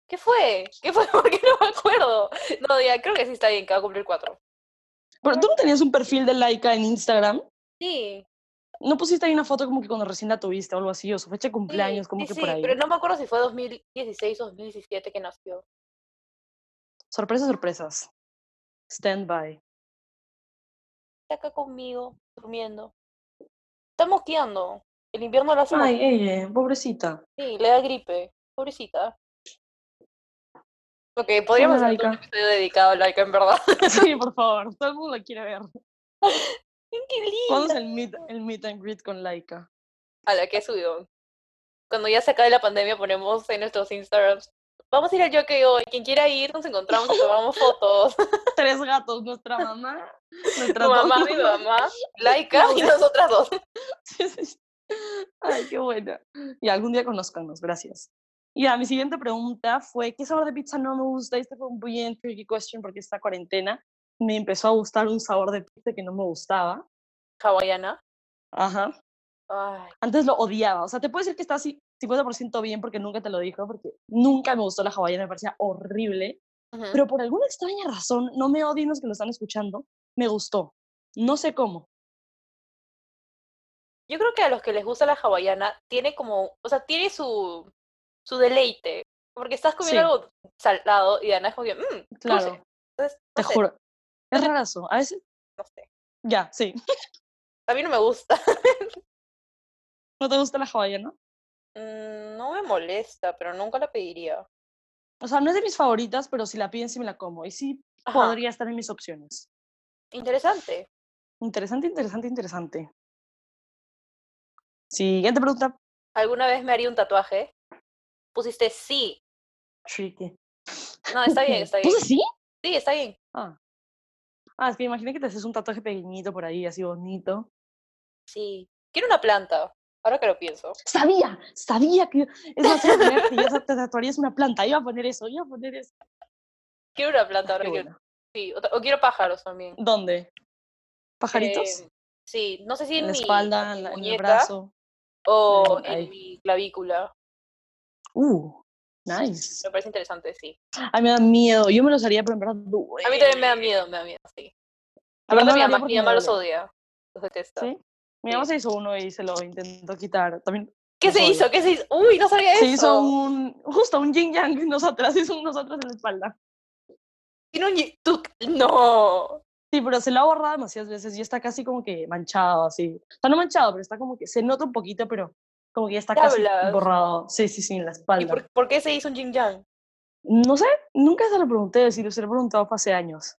Speaker 1: ¿Qué fue? ¿Qué fue? [laughs] ¿Por qué no me acuerdo? No, ya, creo que sí está bien, que va a cumplir cuatro.
Speaker 2: Pero tú no tenías un perfil de Laika en Instagram.
Speaker 1: Sí,
Speaker 2: ¿No pusiste ahí una foto como que cuando recién la tuviste o algo así? O su fecha de
Speaker 1: sí,
Speaker 2: cumpleaños, como
Speaker 1: sí,
Speaker 2: que
Speaker 1: sí,
Speaker 2: por ahí.
Speaker 1: pero no me acuerdo si fue 2016 o 2017 que nació.
Speaker 2: Sorpresas, sorpresas. Stand by.
Speaker 1: Está acá conmigo, durmiendo. Está mosqueando. El invierno la hace.
Speaker 2: Ay,
Speaker 1: eh,
Speaker 2: ella, pobrecita.
Speaker 1: Sí, le da gripe. Pobrecita. Ok, podríamos
Speaker 2: Pobre
Speaker 1: hacer todo un
Speaker 2: Laika.
Speaker 1: episodio dedicado a Laika, en
Speaker 2: [laughs]
Speaker 1: verdad.
Speaker 2: Sí, por favor, todo el mundo la quiere ver.
Speaker 1: ¡Qué
Speaker 2: ¿Cuándo es
Speaker 1: lindo!
Speaker 2: el meet, el meet and greet con Laika? [laughs]
Speaker 1: A la que subió. Cuando ya se acabe la pandemia, ponemos en nuestros Instagrams. Vamos a ir al jockey hoy. Quien quiera ir, nos encontramos y tomamos
Speaker 2: [laughs]
Speaker 1: fotos.
Speaker 2: Tres gatos, nuestra
Speaker 1: [laughs]
Speaker 2: mamá, nuestra
Speaker 1: Tu mamá,
Speaker 2: dos-
Speaker 1: mi mamá, Laika y nosotras dos.
Speaker 2: [laughs] Sí, sí, sí. Ay, qué buena. Y algún día conozcanos, gracias. Y a mi siguiente pregunta fue, ¿qué sabor de pizza no me gusta? Y Esta fue un bien tricky question porque esta cuarentena me empezó a gustar un sabor de pizza que no me gustaba.
Speaker 1: Hawaiana.
Speaker 2: Ajá.
Speaker 1: Ay,
Speaker 2: Antes lo odiaba. O sea, te puedo decir que está así 50% bien porque nunca te lo dijo, porque nunca me gustó la hawaiana, me parecía horrible.
Speaker 1: ujú.
Speaker 2: Pero por alguna extraña razón, no me odien los que lo están escuchando, me gustó. No sé cómo.
Speaker 1: Yo creo que a los que les gusta la hawaiana tiene como, o sea, tiene su, su deleite. Porque estás comiendo
Speaker 2: Sí.
Speaker 1: algo salado y de la nada es como que, mmm,
Speaker 2: Claro,
Speaker 1: Entonces, no
Speaker 2: te
Speaker 1: sé,
Speaker 2: juro. Es rarazo. A veces,
Speaker 1: no sé.
Speaker 2: ya, sí. [laughs]
Speaker 1: A mí no me gusta.
Speaker 2: ¿No te gusta la hawaiana?
Speaker 1: Mm, No me molesta, pero nunca la pediría.
Speaker 2: O sea, no es de mis favoritas, pero si la piden, sí me la como. Y sí
Speaker 1: Ajá,
Speaker 2: podría estar en mis opciones.
Speaker 1: Interesante.
Speaker 2: Interesante, interesante, interesante. Siguiente pregunta.
Speaker 1: ¿Alguna vez me haría un tatuaje? Pusiste sí.
Speaker 2: Tricky.
Speaker 1: No, está bien,
Speaker 2: [laughs]
Speaker 1: está bien.
Speaker 2: ¿Puse sí?
Speaker 1: Sí, está bien.
Speaker 2: Ah. Ah, es que imaginé que te haces un tatuaje pequeñito por ahí, así bonito.
Speaker 1: Sí. Quiero una planta. Ahora que lo pienso.
Speaker 2: Sabía, sabía que. Es más, iba a poner que ya te te tatuarías una planta. Iba a poner eso, iba a poner eso.
Speaker 1: Quiero una planta
Speaker 2: Ah,
Speaker 1: ahora
Speaker 2: qué
Speaker 1: que
Speaker 2: bueno.
Speaker 1: sí. O, ta- o quiero pájaros también.
Speaker 2: ¿Dónde? ¿Pajaritos?
Speaker 1: Eh, sí, no sé si en,
Speaker 2: en la
Speaker 1: mi,
Speaker 2: espalda, en,
Speaker 1: mi
Speaker 2: la- en el
Speaker 1: muñeca
Speaker 2: brazo.
Speaker 1: o
Speaker 2: en-
Speaker 1: en
Speaker 2: ahí.
Speaker 1: mi clavícula.
Speaker 2: Uh, nice.
Speaker 1: Me parece interesante, sí.
Speaker 2: Ay, me da miedo. Yo me los haría, pero en verdad duele.
Speaker 1: A mí también me da miedo, me da miedo, sí.
Speaker 2: A mí
Speaker 1: Aparte
Speaker 2: no
Speaker 1: mi
Speaker 2: lo haría
Speaker 1: mamá,
Speaker 2: porque
Speaker 1: mi
Speaker 2: me
Speaker 1: mamá los
Speaker 2: duele.
Speaker 1: odia. Los detesta.
Speaker 2: ¿Sí? Mi
Speaker 1: Sí.
Speaker 2: mamá se hizo uno y se lo intentó quitar. También
Speaker 1: ¿Qué
Speaker 2: los
Speaker 1: se
Speaker 2: odio.
Speaker 1: hizo? ¿Qué se hizo? Uy, no sabía
Speaker 2: Se
Speaker 1: eso.
Speaker 2: hizo un, justo un yin yang y nosotras, [laughs] hizo un nosotras en la espalda.
Speaker 1: Tiene un... ye- tú- No.
Speaker 2: Sí, pero se lo ha borrado demasiadas veces y está casi como que manchado, así. Está no manchado, pero está como que, se nota un poquito, pero como que ya está
Speaker 1: ¿Qué
Speaker 2: casi
Speaker 1: hablas?
Speaker 2: borrado. Sí, sí, sí, en la
Speaker 1: ¿Y
Speaker 2: espalda.
Speaker 1: por, por qué se hizo un yin yang?
Speaker 2: No sé, nunca se lo pregunté, si lo se lo he preguntado fue hace años.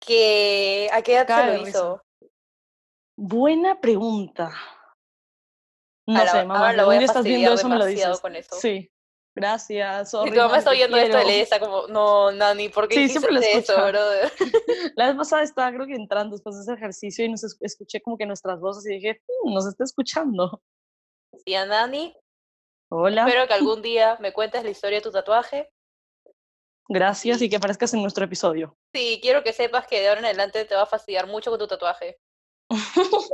Speaker 1: ¿Qué... ¿A qué edad
Speaker 2: Cago
Speaker 1: se
Speaker 2: de
Speaker 1: lo
Speaker 2: risa.
Speaker 1: hizo?
Speaker 2: Buena pregunta. No
Speaker 1: A la-
Speaker 2: sé, mamá,
Speaker 1: ahora
Speaker 2: si
Speaker 1: lo
Speaker 2: algún
Speaker 1: voy a
Speaker 2: día estás viendo
Speaker 1: fastidiar
Speaker 2: eso, me lo
Speaker 1: demasiado
Speaker 2: dices.
Speaker 1: con eso. [laughs]
Speaker 2: Sí, gracias.
Speaker 1: Si
Speaker 2: sorry,
Speaker 1: tu mamá
Speaker 2: mami,
Speaker 1: está
Speaker 2: te
Speaker 1: oyendo esto,
Speaker 2: quiero.
Speaker 1: le está como, no, Nani, ¿por qué
Speaker 2: Sí,
Speaker 1: hiciste
Speaker 2: siempre lo
Speaker 1: eso,
Speaker 2: escucha.
Speaker 1: brother? [laughs]
Speaker 2: La vez pasada estaba, creo que entrando después de ese ejercicio y nos es- escuché como que nuestras voces y dije, "Mm, nos está escuchando.
Speaker 1: Tía Nani,
Speaker 2: Hola,
Speaker 1: espero que algún día me cuentes la historia de tu tatuaje.
Speaker 2: gracias y que aparezcas en nuestro episodio.
Speaker 1: Sí, quiero que sepas que de ahora en adelante te va a fastidiar mucho con tu
Speaker 2: [laughs]
Speaker 1: tatuaje.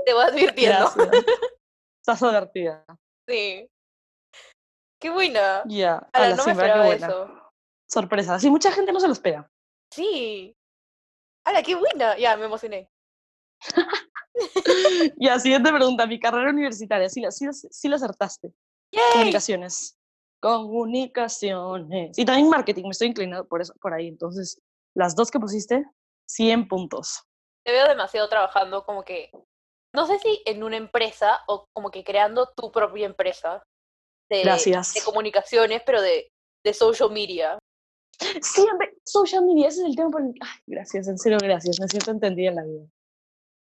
Speaker 1: Te voy advirtiendo.
Speaker 2: Gracias. [laughs] Estás divertida.
Speaker 1: Sí. Qué buena.
Speaker 2: Ya,
Speaker 1: Ala,
Speaker 2: ala,
Speaker 1: no
Speaker 2: sí,
Speaker 1: me
Speaker 2: en verdad,
Speaker 1: esperaba
Speaker 2: qué buena.
Speaker 1: eso.
Speaker 2: Sorpresa. Sí, mucha gente no se lo espera. [laughs]
Speaker 1: Sí. Ala, qué buena. Ya, me emocioné.
Speaker 2: Y la siguiente pregunta, mi carrera universitaria, sí la, sí, la- sí la acertaste.
Speaker 1: ¡Yay!
Speaker 2: Comunicaciones. Comunicaciones. Y también marketing, me estoy inclinando por, eso, por ahí. Entonces, las dos que pusiste, 100 puntos.
Speaker 1: Te veo demasiado trabajando como que, no sé si en una empresa o como que creando tu propia empresa de, de
Speaker 2: Gracias.
Speaker 1: comunicaciones, pero de, de social media.
Speaker 2: Siempre, social media, ese es el tema por el- Ay, gracias, en serio, gracias. Me siento entendida en la vida.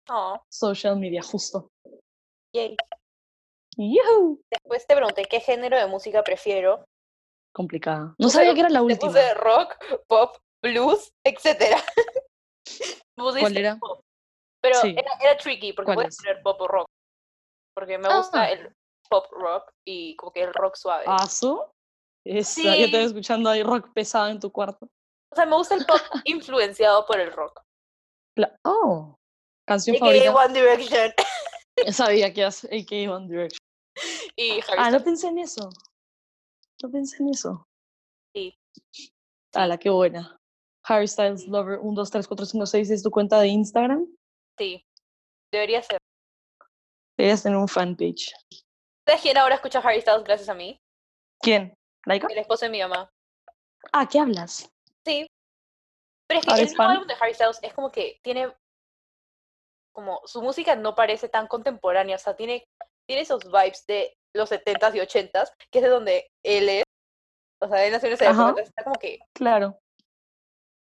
Speaker 1: Oh,
Speaker 2: Social media, justo.
Speaker 1: yay.
Speaker 2: ¡Yuhu!
Speaker 1: Después te pregunté qué género de música prefiero.
Speaker 2: Complicada. No
Speaker 1: Puse-
Speaker 2: sabía que era la
Speaker 1: Te
Speaker 2: última.
Speaker 1: puse rock, pop, blues, etcétera. [laughs] Pusiste
Speaker 2: ¿Cuál era?
Speaker 1: pop, Pero
Speaker 2: Sí.
Speaker 1: era, era tricky porque
Speaker 2: ¿Cuál
Speaker 1: puedes
Speaker 2: es?
Speaker 1: poner pop o rock. Porque me
Speaker 2: Ah.
Speaker 1: gusta el pop rock y como que el rock suave.
Speaker 2: ¿Aso? Esa, Ya te
Speaker 1: Sí.
Speaker 2: estoy escuchando ahí rock pesado en tu cuarto.
Speaker 1: O sea, me gusta el
Speaker 2: [laughs]
Speaker 1: pop influenciado por el rock.
Speaker 2: La- Oh, canción
Speaker 1: Y
Speaker 2: favorita. [laughs]
Speaker 1: One Direction. [laughs]
Speaker 2: Sabía que ibas AK One Direction.
Speaker 1: Y Harry
Speaker 2: Ah, no
Speaker 1: Styles.
Speaker 2: pensé en eso. No pensé en eso.
Speaker 1: Sí.
Speaker 2: Ala, qué buena. Harry Styles Lover 1, 2, 3, 4, 5, 6 es tu cuenta de Instagram.
Speaker 1: Sí. Debería ser.
Speaker 2: Debes tener un fanpage.
Speaker 1: ¿Sabes quién ahora escucha Harry Styles gracias a mí?
Speaker 2: ¿Quién? ¿Laika?
Speaker 1: El esposo de mi mamá.
Speaker 2: Ah, ¿qué hablas?
Speaker 1: Sí. Pero es que
Speaker 2: ¿Ahora
Speaker 1: el
Speaker 2: es
Speaker 1: nuevo
Speaker 2: fan?
Speaker 1: álbum de Harry Styles es como que tiene. Como su música no parece tan contemporánea, o sea, tiene tiene esos vibes de los 70s y 80s, que es de donde él es. O sea, él nació en esa época,
Speaker 2: Ajá.
Speaker 1: entonces está como que.
Speaker 2: Claro.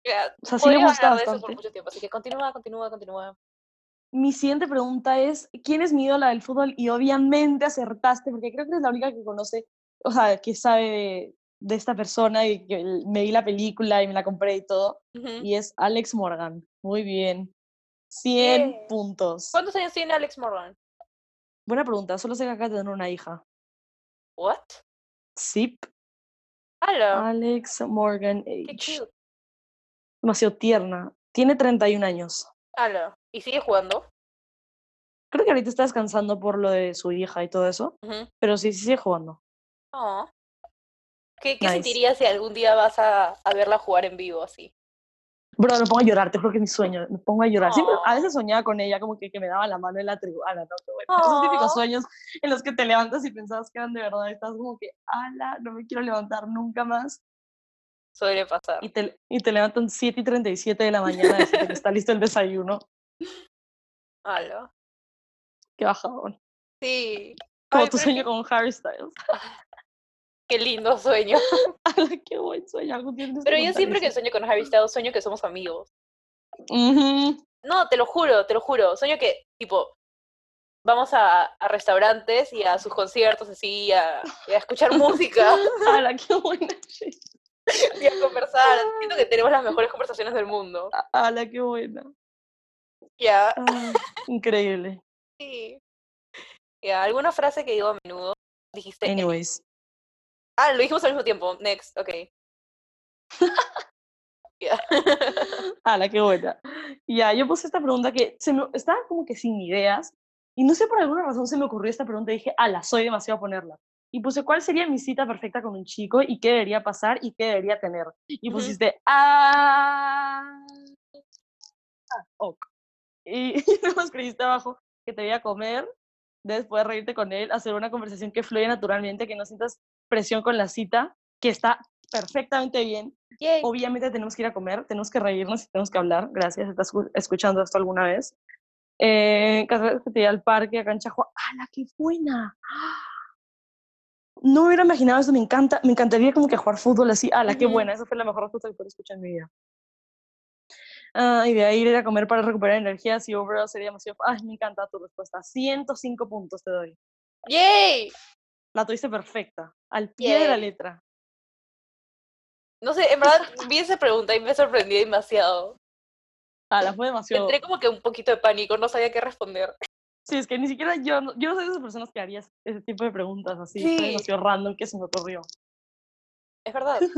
Speaker 1: ya,
Speaker 2: O sea, sí le
Speaker 1: podría
Speaker 2: gusta
Speaker 1: hablar de eso por
Speaker 2: bastante.
Speaker 1: mucho tiempo, así que continúa, continúa, continúa.
Speaker 2: Mi siguiente pregunta es, ¿quién es mi ídola del fútbol? Y obviamente acertaste, porque creo que eres la única que conoce, o sea, que sabe de, de esta persona y que el- me vi la película y me la compré y todo.
Speaker 1: Ujú.
Speaker 2: Y es Alex Morgan. Muy bien. 100
Speaker 1: Bien.
Speaker 2: puntos.
Speaker 1: ¿Cuántos años tiene Alex Morgan?
Speaker 2: Buena pregunta. Solo sé que acá tiene una hija.
Speaker 1: ¿What?
Speaker 2: Sip.
Speaker 1: ¡Hala!
Speaker 2: Alex Morgan
Speaker 1: ¡Qué
Speaker 2: Age.
Speaker 1: cute!
Speaker 2: Demasiado tierna. Tiene 31 años.
Speaker 1: ¡Hala! ¿Y sigue jugando?
Speaker 2: Creo que ahorita está descansando por lo de su hija y todo eso.
Speaker 1: Ujú.
Speaker 2: Pero sí, sí sigue jugando.
Speaker 1: Aw. ¿Qué, qué
Speaker 2: Nice.
Speaker 1: sentirías si algún día vas a, a verla jugar en vivo así?
Speaker 2: Bro, me pongo a llorar, te juro que es mi sueño. Me pongo a llorar. Siempre,
Speaker 1: Aw.
Speaker 2: a veces soñaba con ella, como que, que me daba la mano en la tribuna. ¿no? Qué bueno. Esos típicos
Speaker 1: Aw.
Speaker 2: sueños en los que te levantas y pensabas que eran de verdad. Estás como que, ala, no me quiero levantar nunca más.
Speaker 1: Suele pasar.
Speaker 2: Y te, y te levantan 7 y 37 de la mañana a decirte que está listo el desayuno.
Speaker 1: ¡Hala!
Speaker 2: Qué bajadón.
Speaker 1: Sí.
Speaker 2: Como
Speaker 1: Ay,
Speaker 2: tu
Speaker 1: pero qué-
Speaker 2: sueño con Harry Styles. [laughs]
Speaker 1: Qué lindo sueño.
Speaker 2: Ala, qué buen sueño. algún día tienes que
Speaker 1: Pero yo
Speaker 2: contar
Speaker 1: siempre que
Speaker 2: eso.
Speaker 1: sueño con Harry Styles, sueño que somos amigos.
Speaker 2: Ujú. [laughs]
Speaker 1: No, te lo juro, te lo juro. Sueño que, tipo, vamos a, a restaurantes y a sus conciertos así, a, y a
Speaker 2: [laughs]
Speaker 1: escuchar música
Speaker 2: Ala, qué buena [laughs] shit.
Speaker 1: y a conversar.
Speaker 2: Ah.
Speaker 1: Siento que tenemos las mejores conversaciones del mundo.
Speaker 2: A- Ala, qué buena.
Speaker 1: Ya,
Speaker 2: Ah, increíble.
Speaker 1: sí. Ya, alguna frase que digo a menudo. Dijiste. en-
Speaker 2: Anyways.
Speaker 1: Ah, lo dijimos al mismo tiempo. Next, ok. Ya.
Speaker 2: Ala, qué buena. Ya, yo puse esta pregunta que se me, estaba como que sin ideas y no sé por alguna razón se me ocurrió esta pregunta y dije, ala, soy demasiado a ponerla. Y puse, ¿cuál sería mi cita perfecta con un chico y qué debería pasar y qué debería tener? Y
Speaker 1: Ujú.
Speaker 2: pusiste, ah, ok. Y [laughs] luego escribiste abajo que te voy a comer, debes poder reírte con él, hacer una conversación que fluya naturalmente, que no sientas presión con la cita, que está perfectamente bien,
Speaker 1: Yay.
Speaker 2: obviamente tenemos que ir a comer, tenemos que reírnos y tenemos que hablar. Gracias, si estás escu- escuchando esto alguna vez. Eh, cada vez que te iba al parque, a cancha, ¡hala, qué buena! No me hubiera imaginado eso, me encanta, me encantaría como que jugar fútbol así, ¡hala, qué
Speaker 1: Ujú.
Speaker 2: buena! Esa fue la mejor respuesta que pude escuchar en mi vida. Ah, y de ahí ir a comer para recuperar energías y overall sería demasiado... ¡Ay, me encanta tu respuesta! 105 puntos te doy.
Speaker 1: Yay.
Speaker 2: La tuviste perfecta, al pie de la
Speaker 1: Yay.
Speaker 2: letra.
Speaker 1: No sé, en verdad vi esa pregunta y me sorprendí demasiado.
Speaker 2: ¡Hala, fue demasiado!
Speaker 1: Entré como que un poquito de pánico, no sabía qué responder.
Speaker 2: Sí, es que ni siquiera yo, no- yo no soy de esas personas que harías ese tipo de preguntas así, fue
Speaker 1: Sí.
Speaker 2: demasiado random que se me ocurrió.
Speaker 1: Es
Speaker 2: [laughs]
Speaker 1: verdad. Eh,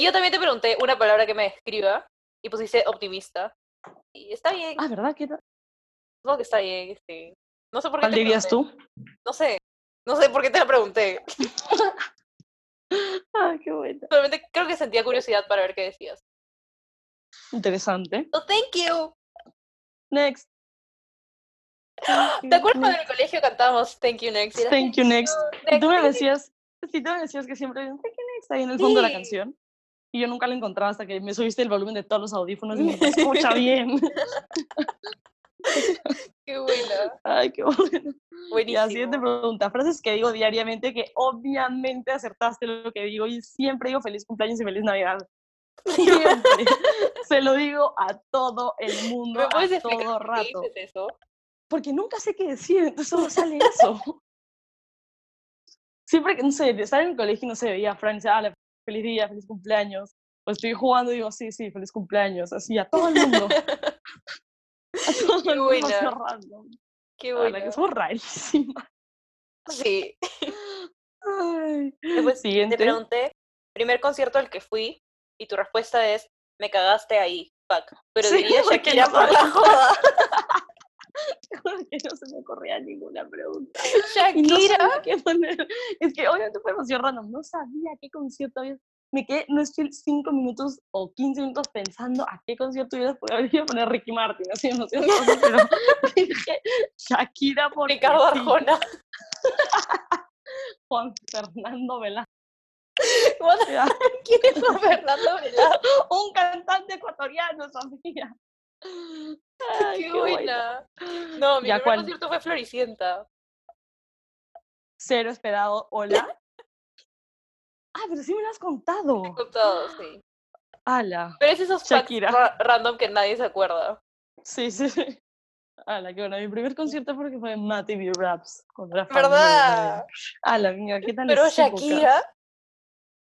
Speaker 1: Yo también te pregunté una palabra que me describa y pusiste optimista. Y está bien,
Speaker 2: ah, ¿verdad? ¿Qué tal?
Speaker 1: supongo que está bien, sí. No sé por qué
Speaker 2: ¿Cuál
Speaker 1: te
Speaker 2: dirías
Speaker 1: pregunté,
Speaker 2: tú?
Speaker 1: No sé. No sé por qué te la pregunté.
Speaker 2: Ah, qué bueno.
Speaker 1: Solamente creo que sentía curiosidad para ver qué decías.
Speaker 2: Interesante.
Speaker 1: So, thank you.
Speaker 2: Next.
Speaker 1: ¡Ah! ¿Te acuerdas cuando en el colegio cantábamos Thank you next? Y era,
Speaker 2: Thank you, next. Y tú me
Speaker 1: thank you,
Speaker 2: decías, sí, tú me decías que siempre hay un thank you, next ahí en el fondo de la
Speaker 1: Sí.
Speaker 2: canción. Y yo nunca lo encontraba hasta que me subiste el volumen de todos los audífonos y me dijo,
Speaker 1: [laughs]
Speaker 2: escucha bien.
Speaker 1: Qué buena.
Speaker 2: Ay, qué bueno.
Speaker 1: Buenísimo.
Speaker 2: La siguiente pregunta. Frases que digo diariamente que obviamente acertaste lo que digo y siempre digo feliz cumpleaños y feliz Navidad. Siempre.
Speaker 1: [laughs]
Speaker 2: Se lo digo a todo el mundo,
Speaker 1: ¿Me puedes
Speaker 2: a
Speaker 1: explicar
Speaker 2: todo
Speaker 1: por qué
Speaker 2: rato.
Speaker 1: dices eso?
Speaker 2: Porque nunca sé qué decir, entonces solo sale eso. [laughs] Siempre que, no sé, estaba en el colegio y no se veía a Fran y decía, "Ala, feliz día, feliz cumpleaños. O estoy jugando y digo, sí, sí, feliz cumpleaños. Así, a todo el
Speaker 1: [laughs]
Speaker 2: mundo. A todo
Speaker 1: Qué
Speaker 2: el mundo.
Speaker 1: buena.
Speaker 2: demasiado random.
Speaker 1: Qué
Speaker 2: A
Speaker 1: buena.
Speaker 2: la que somos rarísimas.
Speaker 1: Sí.
Speaker 2: Ay.
Speaker 1: Después
Speaker 2: Siguiente.
Speaker 1: Te pregunté, primer concierto al que fui, y tu respuesta es, me cagaste ahí, fuck. Pero
Speaker 2: Sí,
Speaker 1: diría
Speaker 2: porque
Speaker 1: Shakira
Speaker 2: no
Speaker 1: por la
Speaker 2: sabes.
Speaker 1: joda.
Speaker 2: [laughs] porque no se me ocurría ninguna pregunta. [laughs] Y no
Speaker 1: Shakira.
Speaker 2: sabía qué poner. Es que obviamente fue demasiado random. No sabía qué concierto había. Me quedé, no es que 5 minutos o 15 minutos pensando a qué concierto hubieras podido haber ido a poner Ricky Martin. Así, no sé, pero [laughs] dije Shakira por
Speaker 1: Ricardo [laughs] Arjona.
Speaker 2: Juan Fernando Velázquez. [laughs]
Speaker 1: What? ¿Quién es Juan Fernando Velázquez?
Speaker 2: Un cantante ecuatoriano, sabía. Ay,
Speaker 1: ¡Qué buena! No, mi
Speaker 2: Ya,
Speaker 1: primer
Speaker 2: ¿cuál?
Speaker 1: concierto fue Floricienta.
Speaker 2: Cero esperado, hola. Ah, pero sí me lo has contado.
Speaker 1: Con todo, sí.
Speaker 2: Ala.
Speaker 1: Pero es esos facts
Speaker 2: Shakira.
Speaker 1: ra- random que nadie se acuerda.
Speaker 2: Sí, sí. sí. Ala, qué bueno. Mi primer concierto fue que fue en Mati B Raps. Con Rafa
Speaker 1: ¿Verdad?
Speaker 2: Mora. Ala, mía, ¿qué tal
Speaker 1: Pero
Speaker 2: esas épocas?
Speaker 1: Shakira,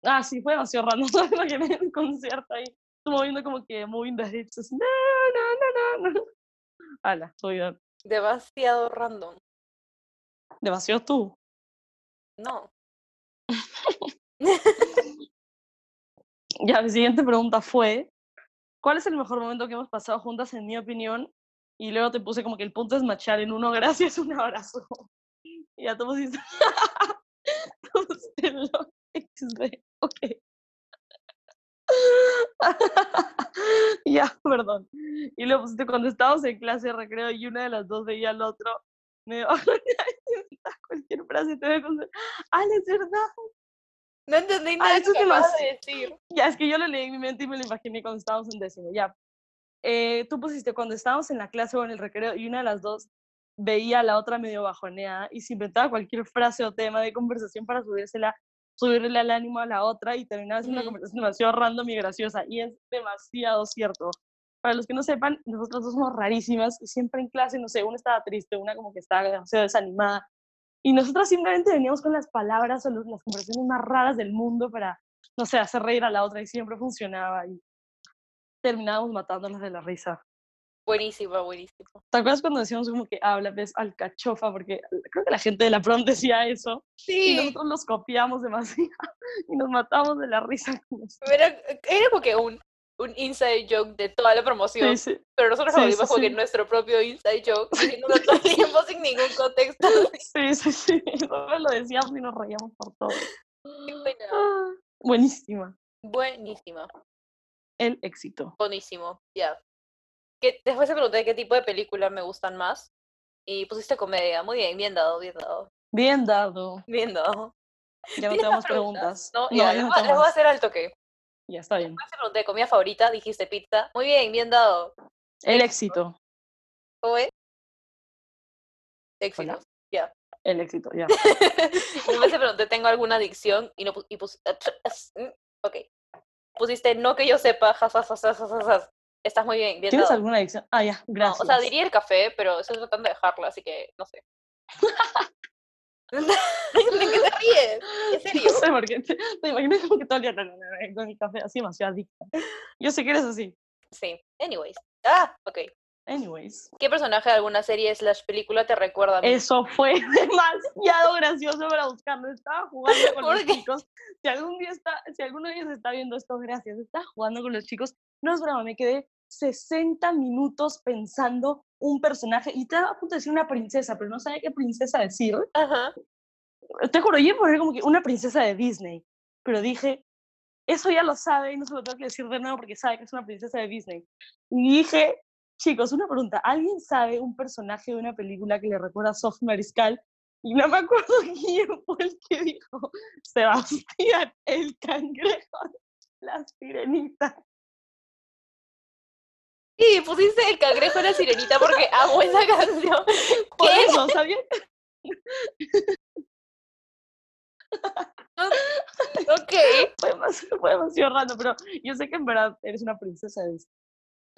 Speaker 2: Ah, sí, fue demasiado random. [laughs] Solo que en el concierto ahí. Estuvo viendo como que moving the hips. así, No, no, no, no, no. Ala, soy yo.
Speaker 1: demasiado random.
Speaker 2: Demasiado tú.
Speaker 1: No.
Speaker 2: Ya, mi siguiente pregunta fue, ¿cuál es el mejor momento que hemos pasado juntas en mi opinión? Y luego te puse como que el punto es machar en uno, [laughs] gracias, un abrazo. Y ya tú pusiste... [laughs] tú pusiste lo XD. Ok. [laughs] ya, perdón. Y luego pusiste cuando estábamos en clase, recreo, y una de las dos veía al otro. Me [laughs] dio cualquier frase, te voy a contestar. Ah, es verdad.
Speaker 1: No entendí nada de
Speaker 2: eso
Speaker 1: lo que
Speaker 2: te lo
Speaker 1: acabas
Speaker 2: hace-
Speaker 1: de decir.
Speaker 2: [laughs] Ya, es que yo lo leí en mi mente y me lo imaginé cuando estábamos en décimo, ya. Eh, tú pusiste cuando estábamos en la clase o en el recreo y una de las dos veía a la otra medio bajoneada y se inventaba cualquier frase o tema de conversación para subírsela, subirle al ánimo a la otra y terminaba siendo una
Speaker 1: Ujú.
Speaker 2: conversación demasiado random y graciosa. Y es demasiado cierto. Para los que no sepan, nosotros dos somos rarísimas y siempre en clase, no sé, una estaba triste, una como que estaba demasiado desanimada. Y nosotras simplemente veníamos con las palabras o los- las conversaciones más raras del mundo para no sé, hacer reír a la otra y siempre funcionaba y terminábamos matándonos de la risa.
Speaker 1: Buenísimo, buenísimo.
Speaker 2: ¿Te acuerdas cuando decíamos como que habla, ves, alcachofa? Porque creo que la gente de la prom decía eso y
Speaker 1: Sí,
Speaker 2: nosotros los copiamos demasiado [laughs] y nos matamos de la risa. [laughs] con eso.
Speaker 1: era, era como que un, un inside joke de toda la promoción.
Speaker 2: Sí, sí,
Speaker 1: Pero nosotros
Speaker 2: Sí,
Speaker 1: nos
Speaker 2: sí,
Speaker 1: volvimos como que
Speaker 2: sí.
Speaker 1: nuestro propio inside joke,
Speaker 2: [laughs]
Speaker 1: haciéndolo todo el tiempo sin ningún contexto.
Speaker 2: sí, sí, sí. [laughs] Nosotros lo decíamos y nos reíamos por todo.
Speaker 1: Qué buena.
Speaker 2: Ah, Buenísima.
Speaker 1: Buenísima,
Speaker 2: El éxito.
Speaker 1: buenísimo, ya. Que Después te pregunté qué tipo de películas me gustan más. Y pusiste comedia. Muy bien, bien dado, bien dado.
Speaker 2: Bien dado.
Speaker 1: Bien dado.
Speaker 2: Ya no
Speaker 1: ¿Tienes
Speaker 2: tenemos
Speaker 1: más preguntas?
Speaker 2: preguntas.
Speaker 1: No,
Speaker 2: ya
Speaker 1: ya, les,
Speaker 2: no
Speaker 1: voy, a-
Speaker 2: tengo
Speaker 1: les voy a
Speaker 2: más.
Speaker 1: hacer al toque.
Speaker 2: Ya está bien.
Speaker 1: Después te pregunté comida favorita, dijiste pizza. Muy bien, bien dado.
Speaker 2: El éxito.
Speaker 1: ¿Cómo es? Éxito. [laughs]
Speaker 2: El éxito, ya.
Speaker 1: Después te pregunté, ¿tengo alguna adicción? Y no pu- y pus- ah, mm, Ok. Pusiste, no que yo sepa, jas, jas, jas, jas, jas, jas. Estás muy bien, bien
Speaker 2: ¿Tienes
Speaker 1: dado.
Speaker 2: alguna adicción? Ah, ya,
Speaker 1: No,
Speaker 2: gracias.
Speaker 1: o sea, diría el café, pero estoy tratando de dejarlo, así que no
Speaker 2: [laughs]
Speaker 1: sé. [laughs] ¿De qué te ríes? ¿En serio?
Speaker 2: [laughs] No sé por qué. Te, te imaginas como que todo el día "No, no, no, no", con el café así demasiado adicta. Yo sé que eres así.
Speaker 1: Sí. Anyways. Ah, ok.
Speaker 2: Anyways.
Speaker 1: ¿Qué personaje de alguna serie slash película te recuerda a mí?
Speaker 2: Eso fue [laughs] demasiado gracioso para buscarlo. Estaba jugando con
Speaker 1: ¿Por
Speaker 2: los
Speaker 1: qué?
Speaker 2: chicos. Si algún día está, si alguno de ellos está viendo esto, gracias. Estaba jugando con los chicos. No es broma, me quedé 60 minutos pensando un personaje y estaba a punto de decir una princesa, pero no sabía qué princesa decir.
Speaker 1: Ajá.
Speaker 2: te juro, yo iba a poner como que una princesa de Disney, pero dije, eso ya lo sabe y no se lo tengo que decir de nuevo porque sabe que es una princesa de Disney. Y dije, chicos, una pregunta, ¿alguien sabe un personaje de una película que le recuerda a Sof Mariscal? Y no me acuerdo [laughs] quién fue el que dijo, Sebastián, el cangrejo, la sirenita.
Speaker 1: Sí, pusiste el cangrejo en la sirenita porque amo esa
Speaker 2: [laughs]
Speaker 1: canción.
Speaker 2: Por
Speaker 1: ¿Qué?
Speaker 2: eso, ¿sabían?
Speaker 1: Ok.
Speaker 2: Fue demasiado, fue demasiado raro, pero yo sé que en verdad eres una princesa de Disney.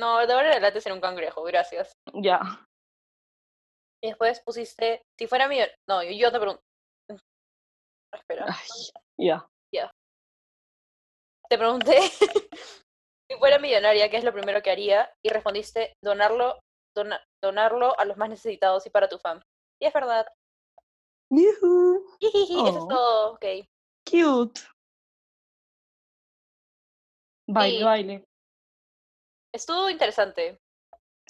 Speaker 1: No, de ahora en adelante seré un cangrejo, gracias.
Speaker 2: Ya.
Speaker 1: Y después pusiste, si fuera mío, no, yo, yo te pregunto. Espera,
Speaker 2: Ay, Ya.
Speaker 1: te pregunté [laughs] si fuera millonaria, ¿qué es lo primero que haría? Y respondiste donarlo, dona- donarlo a los más necesitados y para tu fan. Y es verdad. [laughs]
Speaker 2: Yujú,
Speaker 1: Eso es
Speaker 2: Oh.
Speaker 1: todo, ok.
Speaker 2: Cute. Baile,
Speaker 1: Sí.
Speaker 2: baile.
Speaker 1: Estuvo interesante.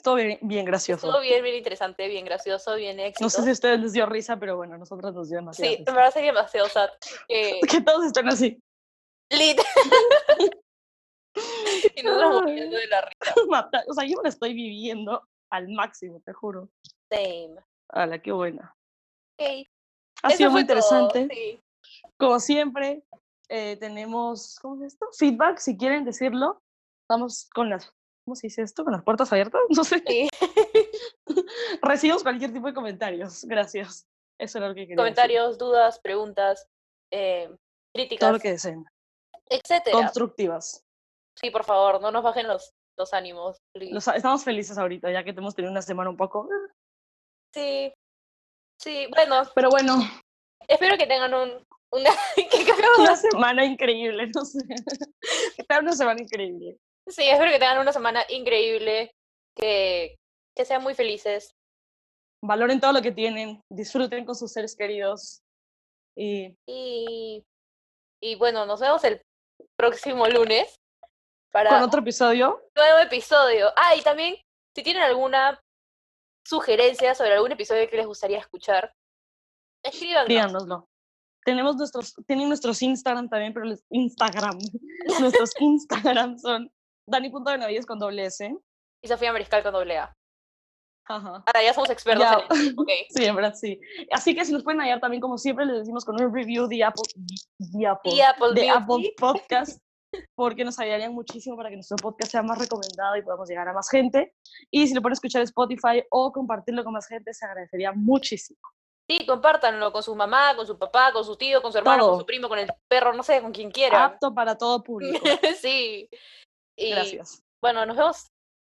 Speaker 2: Todo bien, bien gracioso.
Speaker 1: Estuvo bien, bien interesante, bien gracioso, bien
Speaker 2: No
Speaker 1: exitoso.
Speaker 2: sé si a ustedes les dio risa, pero bueno, a nosotros nos dio demasiado
Speaker 1: Sí, en
Speaker 2: risa. [laughs]
Speaker 1: verdad sería demasiado sad. eh, que-
Speaker 2: Que todos están así, [laughs]
Speaker 1: Lit. y nosotros muriendo de la risa.
Speaker 2: mata- O sea, yo me la estoy viviendo al máximo, te juro.
Speaker 1: Same.
Speaker 2: Ala, qué buena.
Speaker 1: Ok.
Speaker 2: Ha
Speaker 1: eso
Speaker 2: sido muy
Speaker 1: fue todo,
Speaker 2: interesante.
Speaker 1: sí.
Speaker 2: Como siempre, eh, tenemos, ¿cómo es esto? Feedback, si quieren decirlo. Vamos con las ¿Cómo se dice esto? ¿Con las puertas abiertas? [laughs] No sé.
Speaker 1: Sí.
Speaker 2: Recibimos cualquier tipo de comentarios. Gracias. Eso era lo que quería.
Speaker 1: Comentarios, dudas, preguntas, eh,
Speaker 2: decir.
Speaker 1: críticas,
Speaker 2: Todo lo que deseen.
Speaker 1: etcétera.
Speaker 2: Constructivas.
Speaker 1: Sí, por favor, no nos bajen los, los ánimos. please.
Speaker 2: Los- estamos felices ahorita, ya que hemos tenido una semana un poco. [laughs]
Speaker 1: Sí. Sí, bueno,
Speaker 2: Pero bueno,
Speaker 1: espero que tengan un una [laughs] que cagamos.
Speaker 2: una semana increíble, no sé. [laughs] Está una semana increíble.
Speaker 1: Sí, espero que tengan una semana increíble, que, que sean muy felices.
Speaker 2: Valoren todo lo que tienen, disfruten con sus seres queridos. Y
Speaker 1: Y, y bueno, nos vemos el próximo lunes para
Speaker 2: con otro episodio,
Speaker 1: nuevo episodio. Ah, y también, si tienen alguna sugerencia sobre algún episodio que les gustaría escuchar, escríbanos.
Speaker 2: díganoslo. Tenemos nuestros, tienen nuestros Instagram también, pero los Instagram. [laughs] nuestros Instagram son Dani.benavides con doble S.
Speaker 1: Y Sofía Mariscal con doble A.
Speaker 2: Ajá.
Speaker 1: Ahora ya somos expertos
Speaker 2: Ya.
Speaker 1: en
Speaker 2: [laughs]
Speaker 1: esto. ok.
Speaker 2: Sí, en verdad, sí. Así que si nos pueden hallar también, como siempre, les decimos con un review de Apple, de Apple,
Speaker 1: Y Apple
Speaker 2: de
Speaker 1: Music,
Speaker 2: Apple Podcast,
Speaker 1: [laughs]
Speaker 2: porque nos ayudarían muchísimo para que nuestro podcast sea más recomendado y podamos llegar a más gente. Y si lo pueden escuchar en Spotify o compartirlo con más gente, se agradecería muchísimo.
Speaker 1: Sí, compártanlo con su mamá, con su papá, con su tío, con su hermano, con
Speaker 2: Todo.
Speaker 1: su primo, con el perro, no sé, con quien quiera.
Speaker 2: Apto para todo público.
Speaker 1: [laughs] sí. Y
Speaker 2: Ah. Gracias.
Speaker 1: bueno, nos vemos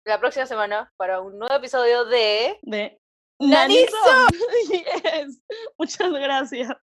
Speaker 1: la próxima semana para un nuevo episodio de
Speaker 2: De
Speaker 1: ¡Nanizo!
Speaker 2: [laughs] Yes. Muchas gracias.